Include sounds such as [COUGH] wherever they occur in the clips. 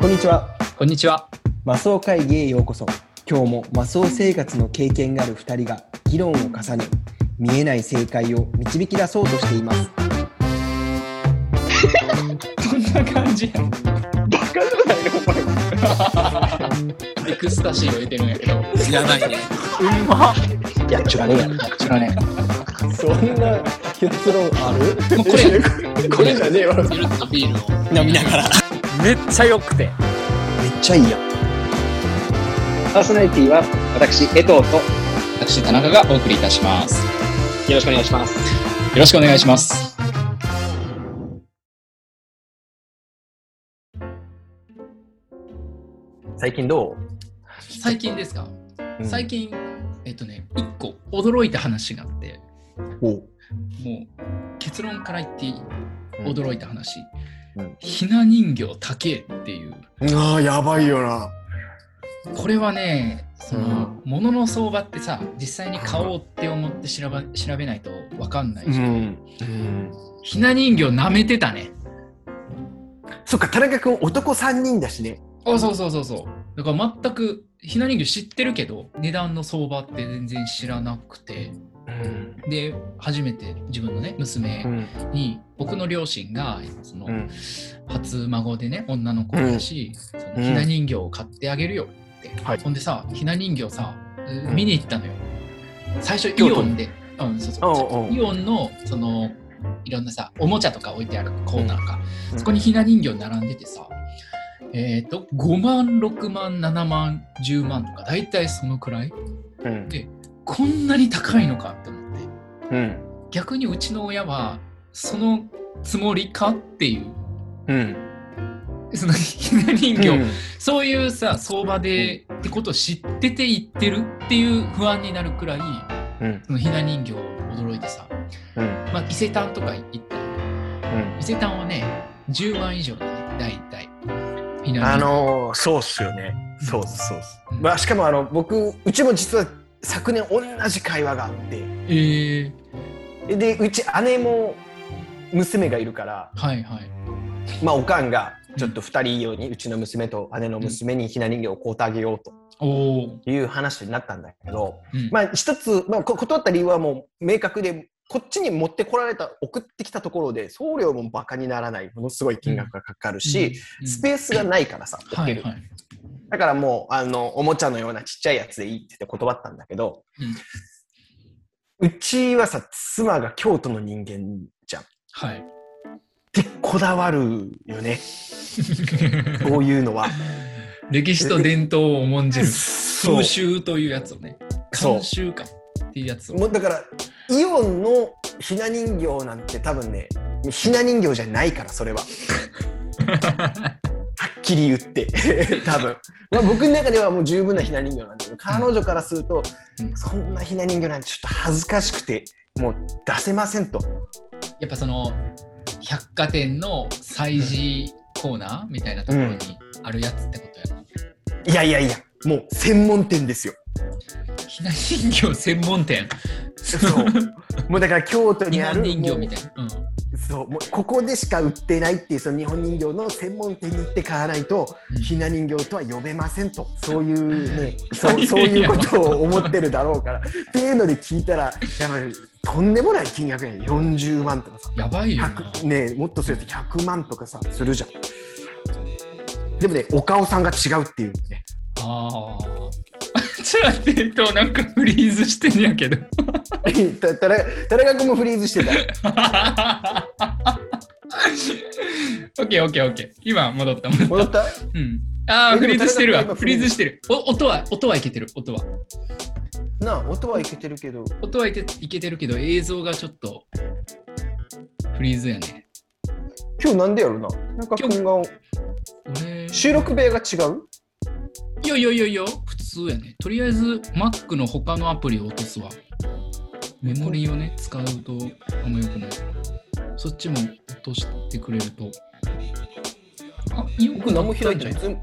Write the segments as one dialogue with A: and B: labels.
A: こんにちは。
B: こんにちは。
A: マスオ会議へようこそ。今日もマスオ生活の経験がある2人が議論を重ね、見えない正解を導き出そうとしています。
B: こんな感じや。
C: バカじゃないのお前
B: エクスタシーを入れてるんやけど。
D: いらないね。
A: やっちゅらねえや。
B: 知らね
A: そんな結論ある
B: え。もうこれ、
C: これじゃねえわ
B: ゆるっとビールを。
D: 飲みながら。
E: めっちゃ良くて。
A: めっちゃいいやん。
C: パーソナリティは私江藤とよ
B: 私、田中がお送りいたします。よ
C: ろしくお願いします
B: ろしくお願いします。
D: 最近どう
B: 最近ですか、
D: うん
B: 最近、えっとね、一個驚いた話があって、
D: お
B: もう結論から言っていい驚いた話。
D: うん
B: ひな人形高えっていう。
D: ああ、やばいよな。
B: これはね、その、物の相場ってさ、実際に買おうって思って調べ調べないと分かんないじゃん
D: うん。
B: ひな人形舐めてたね。
D: そっか、田中君男3人だしね。
B: あ、そうそうそうそう。だから全くひな人形知ってるけど、値段の相場って全然知らなくて、
D: うん。
B: で、初めて自分のね、娘
D: ん。
B: に、僕の両親が、その、
D: うん
B: 初孫でね、女の子だし、その
D: うん
B: ひな人形を買ってあげるよって。
D: はい
B: そんでさ、ひな人形さ、
D: ん
B: 見に行ったのよ。最初、
D: 京
B: イ
D: 都
B: オンで、うん、そうそう
D: おうおう
B: イオンの、その、いろんなさ、おもちゃとか置いてあるコーナーか。
D: うん
B: そこにひな人形並んでてさ、えっ、と、5万、6万、7万、10万とか、だいたいそのくらい。
D: うん。
B: こんなに高いのかって思って。
D: うん。
B: 逆にうちの親は、そのつもりかっていう、
D: うん。
B: そのひな人形、
D: うん
B: そういうさ、相場でってことを知ってて言ってるっていう不安になるくらい、
D: うん。
B: そのひな人形驚いてさ、
D: うん。
B: まあ、伊勢丹とか行ったの伊勢丹はね、10万以上だね、だいたい。ひな人形
D: あのー、そうっすよね。そうっす、そうっす。まあ、しかもあの、僕、うちも実は昨年同じ会話があっ
B: えー、
D: て。で、うち姉も娘がいるから、
B: はいはい。
D: まあ、おかんが、ちょっと2人用にうちの娘と姉の娘にひな人形を買うてあげようと
B: おお。
D: いう話になったんだけど、
B: うん
D: まあ一つ、まあ、こ断った理由はもう明確でこっちに持ってこられた送ってきたところで送料もバカにならないものすごい金額がかかるし、、スペースがないからさ、
B: は
D: 置け
B: い
D: る
B: はい。
D: だからもうあのおもちゃのようなちっちゃいやつでいいって言って断ったんだけど、うちはさ妻が京都の人間じゃん。っ
B: はい。 [LAUGHS]
D: てこだわるよねこういうのは。
B: 歴史と伝統を重んじる
D: そ
B: 風習というやつをね。
D: そう
B: 慣習かっていう
D: [LAUGHS]
B: やつを。
D: もうだからイオンのひな人形なんて多分ねひな人形じゃないからそれははっきり言って多分、まあ、僕の中ではもう十分なひな人形なんだけど彼女からすると、
B: うん
D: そんなひな人形なんてちょっと恥ずかしくてもう出せませんと
B: やっぱその百貨店の催事コーナーみたいなところにあるやつってことやな。
D: いやいやいやもう専門店ですよ
B: ひな人形専門店。
D: そう
B: [LAUGHS]
D: もうだから京都
B: 日
D: にある
B: 本人形みたいな。うん
D: そうもうここでしか売ってないっていうその日本人形の専門店に行って買わないと、
B: うん
D: ひな人形とは呼べませんとそういう
B: [LAUGHS]
D: ねそう
B: い
D: そう
B: やい
D: いう
B: や
D: ことを思ってるだろうからっていうので聞いたらやばいとんでもない金額やん40万とかさ
B: やばいよな。
D: 100ねもっとすると100万とかさするじゃんでもねお顔さんが違うっていうね [LAUGHS]
B: ああ。 [LAUGHS] ちょっと待って、となんかフリーズしてんやけど。 [LAUGHS]
D: たたら田中君もフリーズしてた
B: オッケーオッケーオッケー。今戻った戻った。
D: 戻った
B: うん。ああ、
D: え
B: フリーズしてるわ。
D: でも
B: フリーズしてる。お音は音はいけてる。音は
D: なあ音はいけてるけど
B: 音はいけいけてるけど映像がちょっとフリーズやね。
D: 今日なんでやろななんか君が
B: 俺
D: 収録部屋が違う
B: いやいやいやいや普通やね。とりあえず Mac の他のアプリを落とすわ。メモリーをね使うとあんま良くない。そっちも落としてくれると。あ、よく
D: 僕何も開いてない。
B: な
D: ズーム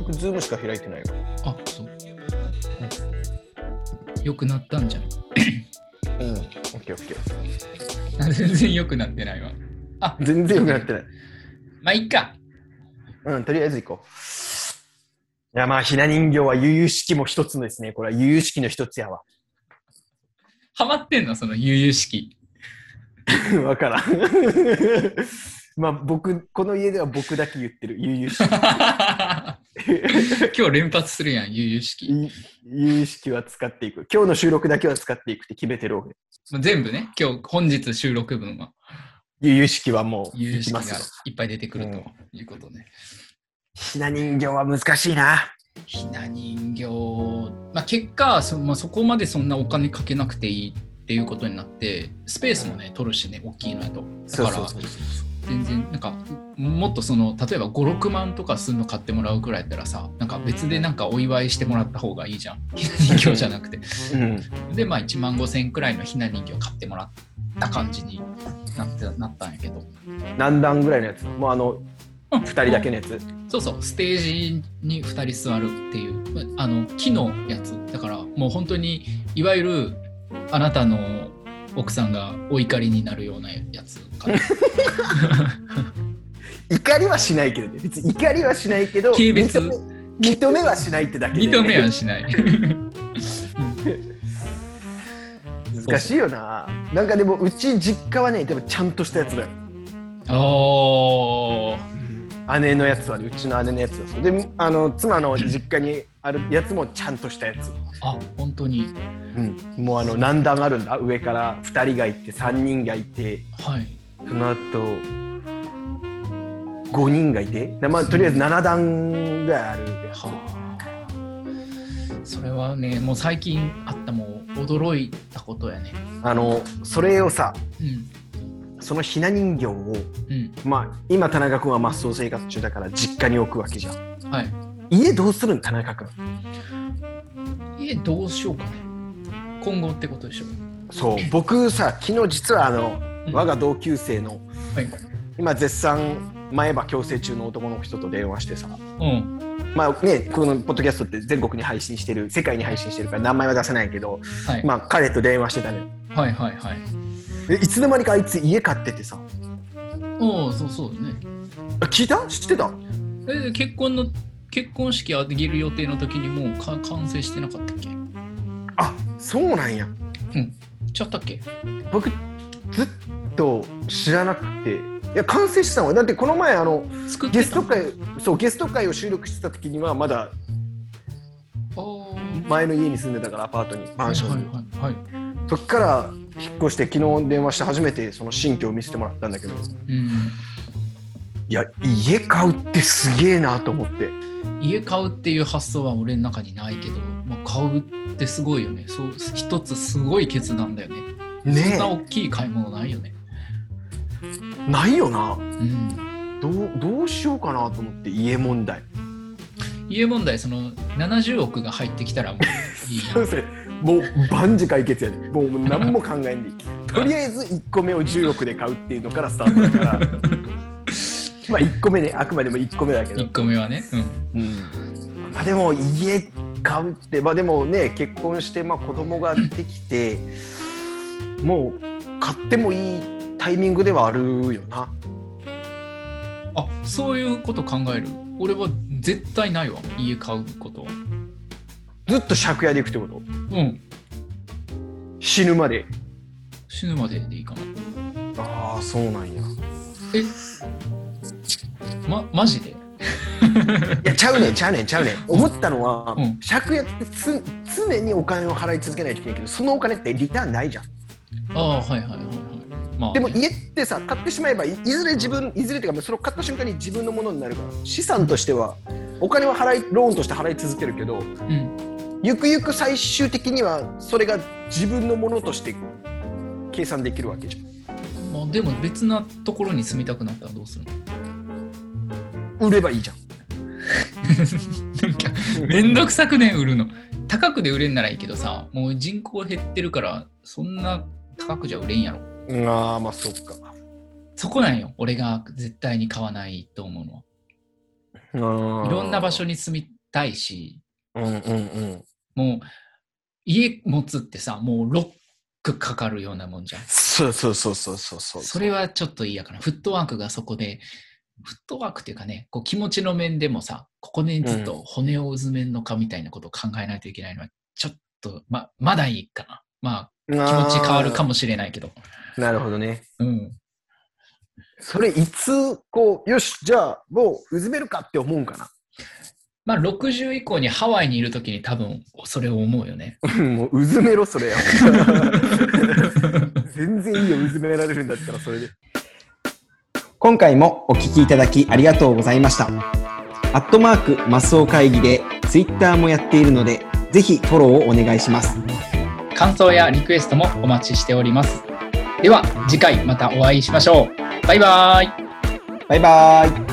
D: 僕、ズームしか開いてないよ。
B: あ、そう。良くなったんじゃん。
D: うん。オッケーオッケー。
B: あ全然良くなってないわ。
D: 全然良くなってない。
B: まあ、いっか。
D: うん、とりあえず行こう。いや、まあ、ひな人形は悠々しきも一つのですね。これは悠々しきの一つやわ。 [LAUGHS]
B: ハマってんな、その悠々しき。
D: わからん。 [LAUGHS] まあ、僕、この家では僕だけ言ってる。悠々し
B: [LAUGHS] 今
D: き。 [LAUGHS]
B: 日連発するやん、悠々しき。
D: い悠々しきは使っていく。今日の収録だけは使っていくって決めてるわけ。
B: まあ全部ね、今日、本日収録分は
D: 悠々しきはもう、
B: 悠々
D: い
B: し
D: き
B: きが
D: ますよ。
B: いっぱい出てくる
D: うん
B: ということね。
D: ひな人形は難しいな。
B: ひな人形、まあ、結果そ,、まあ、そこまでそんなお金かけなくていいっていうことになってスペースもね取るしね大きいのやとだから
D: そう。
B: 全然なんかもっとその例えば56万とかするの買ってもらうくらいやったらさなんか別でなんかお祝いしてもらった方がいいじゃんひな人形じゃなくて
D: うん。
B: でまあ1万5千くらいのひな人形買ってもらった感じになってなったんやけど
D: 何段ぐらいのやつもうあの、
B: うん
D: 二人だけのやつ。
B: そうそう、ステージに2人座るっていう、まあの、木のやつ。だから、もう本当に、いわゆる、あなたの奥さんがお怒りになるようなやつかな。
D: 怒りはしないけどね。別に怒りはしないけど、
B: 軽蔑
D: 認め認めはしないってだけで、
B: 認めはしない。
D: 難しいよな。なんかでも、うち実家はね、でもちゃんとしたやつだよ。
B: おー。
D: 姉のやつはね、うちの姉のやつはそう。で、あの、妻の実家にあるやつもちゃんとしたやつ。
B: あ、本当に。
D: うん。もうあの、何段あるんだ上から二人がいて、三人がいて、
B: はい。
D: その後、五人がいて、なまあ、とりあえず七段ぐらいあるやつ。
B: はあ。それはね、もう最近あったもう驚いたことやね。
D: あの、それをさ、
B: うん。
D: そのひな人形を、
B: うん。
D: まあ、今田中君はマッソ生活中だから実家に置くわけじゃん
B: はい。
D: 家どうするん田中君
B: え、どうしようかね。今後ってことでしょう。
D: そう僕さ昨日実はあの、
B: うん
D: 我が同級生の
B: はい。
D: 今絶賛前歯矯正中の男の人と電話してさ
B: うん。
D: まあねこのポッドキャストって全国に配信してる世界に配信してるから名前は出せないけど、
B: はい、
D: まあ彼と電話してたのよ
B: はいはいはい。
D: でいつの間にかあいつ家買っててさ
B: おお、そうそうだね。
D: あ聞いた知ってた
B: え、結婚の、結婚式あげる予定の時にもうか完成してなかったっけ違っ
D: あそうなんや
B: たっけ
D: 僕ずっと知らなくていや完成してたのだってこの前あの
B: 作っ
D: ゲ
B: て
D: ス
B: た
D: ト会そうゲスト会を収録してた時にはまだ
B: おー
D: 前の家に住んでたからアパートにマ
B: は
D: ン
B: い
D: ションに、
B: はいはい。
D: そっから引っ越して昨日電話して初めてその新居を見せてもらったんだけど
B: うん。
D: いや家買うってすげえなと思って
B: 家買うっていう発想は俺の中にないけど、まあ、買うってすごいよね。そう、一つすごい決断だよね。そん
D: ね
B: な大きい買い物ないよね。
D: えないよな
B: うん。
D: どうどうしようかなと思って家問題
B: 家問題、その70億が入ってきたらもういいやん。 [LAUGHS]
D: それもう万事解決やねもう何も考えんでいいとりあえず1個目を10億で買うっていうのからスタートだ [LAUGHS] からまあ1個目ねあくまでも1個目だけど
B: 1個目はね。うん。
D: うんまあ、でも家買うって、まあ、でもね結婚して、まあ、子供ができてもう買ってもいいタイミングではあるよな
B: あそういうこと考える俺は絶対ないわ家買うことは
D: ずっと借家で行くってこと
B: うん
D: 死ぬまで
B: 死ぬまででいいかな
D: ああそうなんやい
B: えまマジで
D: やちゃうねんちゃうねんちゃうねん思ったのは、
B: うん
D: 借家ってつ常にお金を払い続けないといけないけどそのお金ってリターンないじゃん
B: ああはいはいはいはいまあ
D: でも家ってさ買ってしまえばいいずれ自分いずれっていうかそれを買った瞬間に自分のものになるから資産としてはお金は払いローンとして払い続けるけど
B: うん
D: ゆくゆく最終的にはそれが自分のものとして計算できるわけじ
B: まあ、でも別なところに住みたくなったらどうする
D: ゃん売ればいいじゃん
B: の [LAUGHS] なんかめんどくさくね売るの高くで売れんならいいけどさもう人口減ってるからそんな高くじゃ売れんやろ
D: うんああまあそっか
B: そこなんよ俺が絶対に買わないと思うの
D: い
B: はいろ
D: ろ
B: んな場所
D: に
B: に住みたいし
D: うんうんうん
B: もう家持つってさもうロックかかるようなもんじゃん
D: そうそうそうそうそうそう
B: それはちょっと嫌かなフットワークがそこでフットワークっていうかね、こう気持ちの面でもさ、ここにずっと骨をうずめんのかみたいなことを考えないといけないのは、ちょっと、ま、まだいいかな。まあ、気持ち変わるかもしれないけど。
D: なるほどね。
B: うん。
D: それいつ、こう、よし、じゃあ、もう、うずめるかって思うんか
B: まあ、60以降にハワイにいるときに多分、それを思うよね。
D: な。 [LAUGHS] もう、うずめろ、そ [LAUGHS] れよ。全然いいよ、うずめられるんだったら、それで。
A: 今回もお聞きいただきありがとうございました。アットマークマスオ会議で Twitter もやっているので、ぜひフォローをお願いします。
B: 感想やリクエストもお待ちしております。では、次回またお会いしましょう。バイバイ。
A: バイバーイ。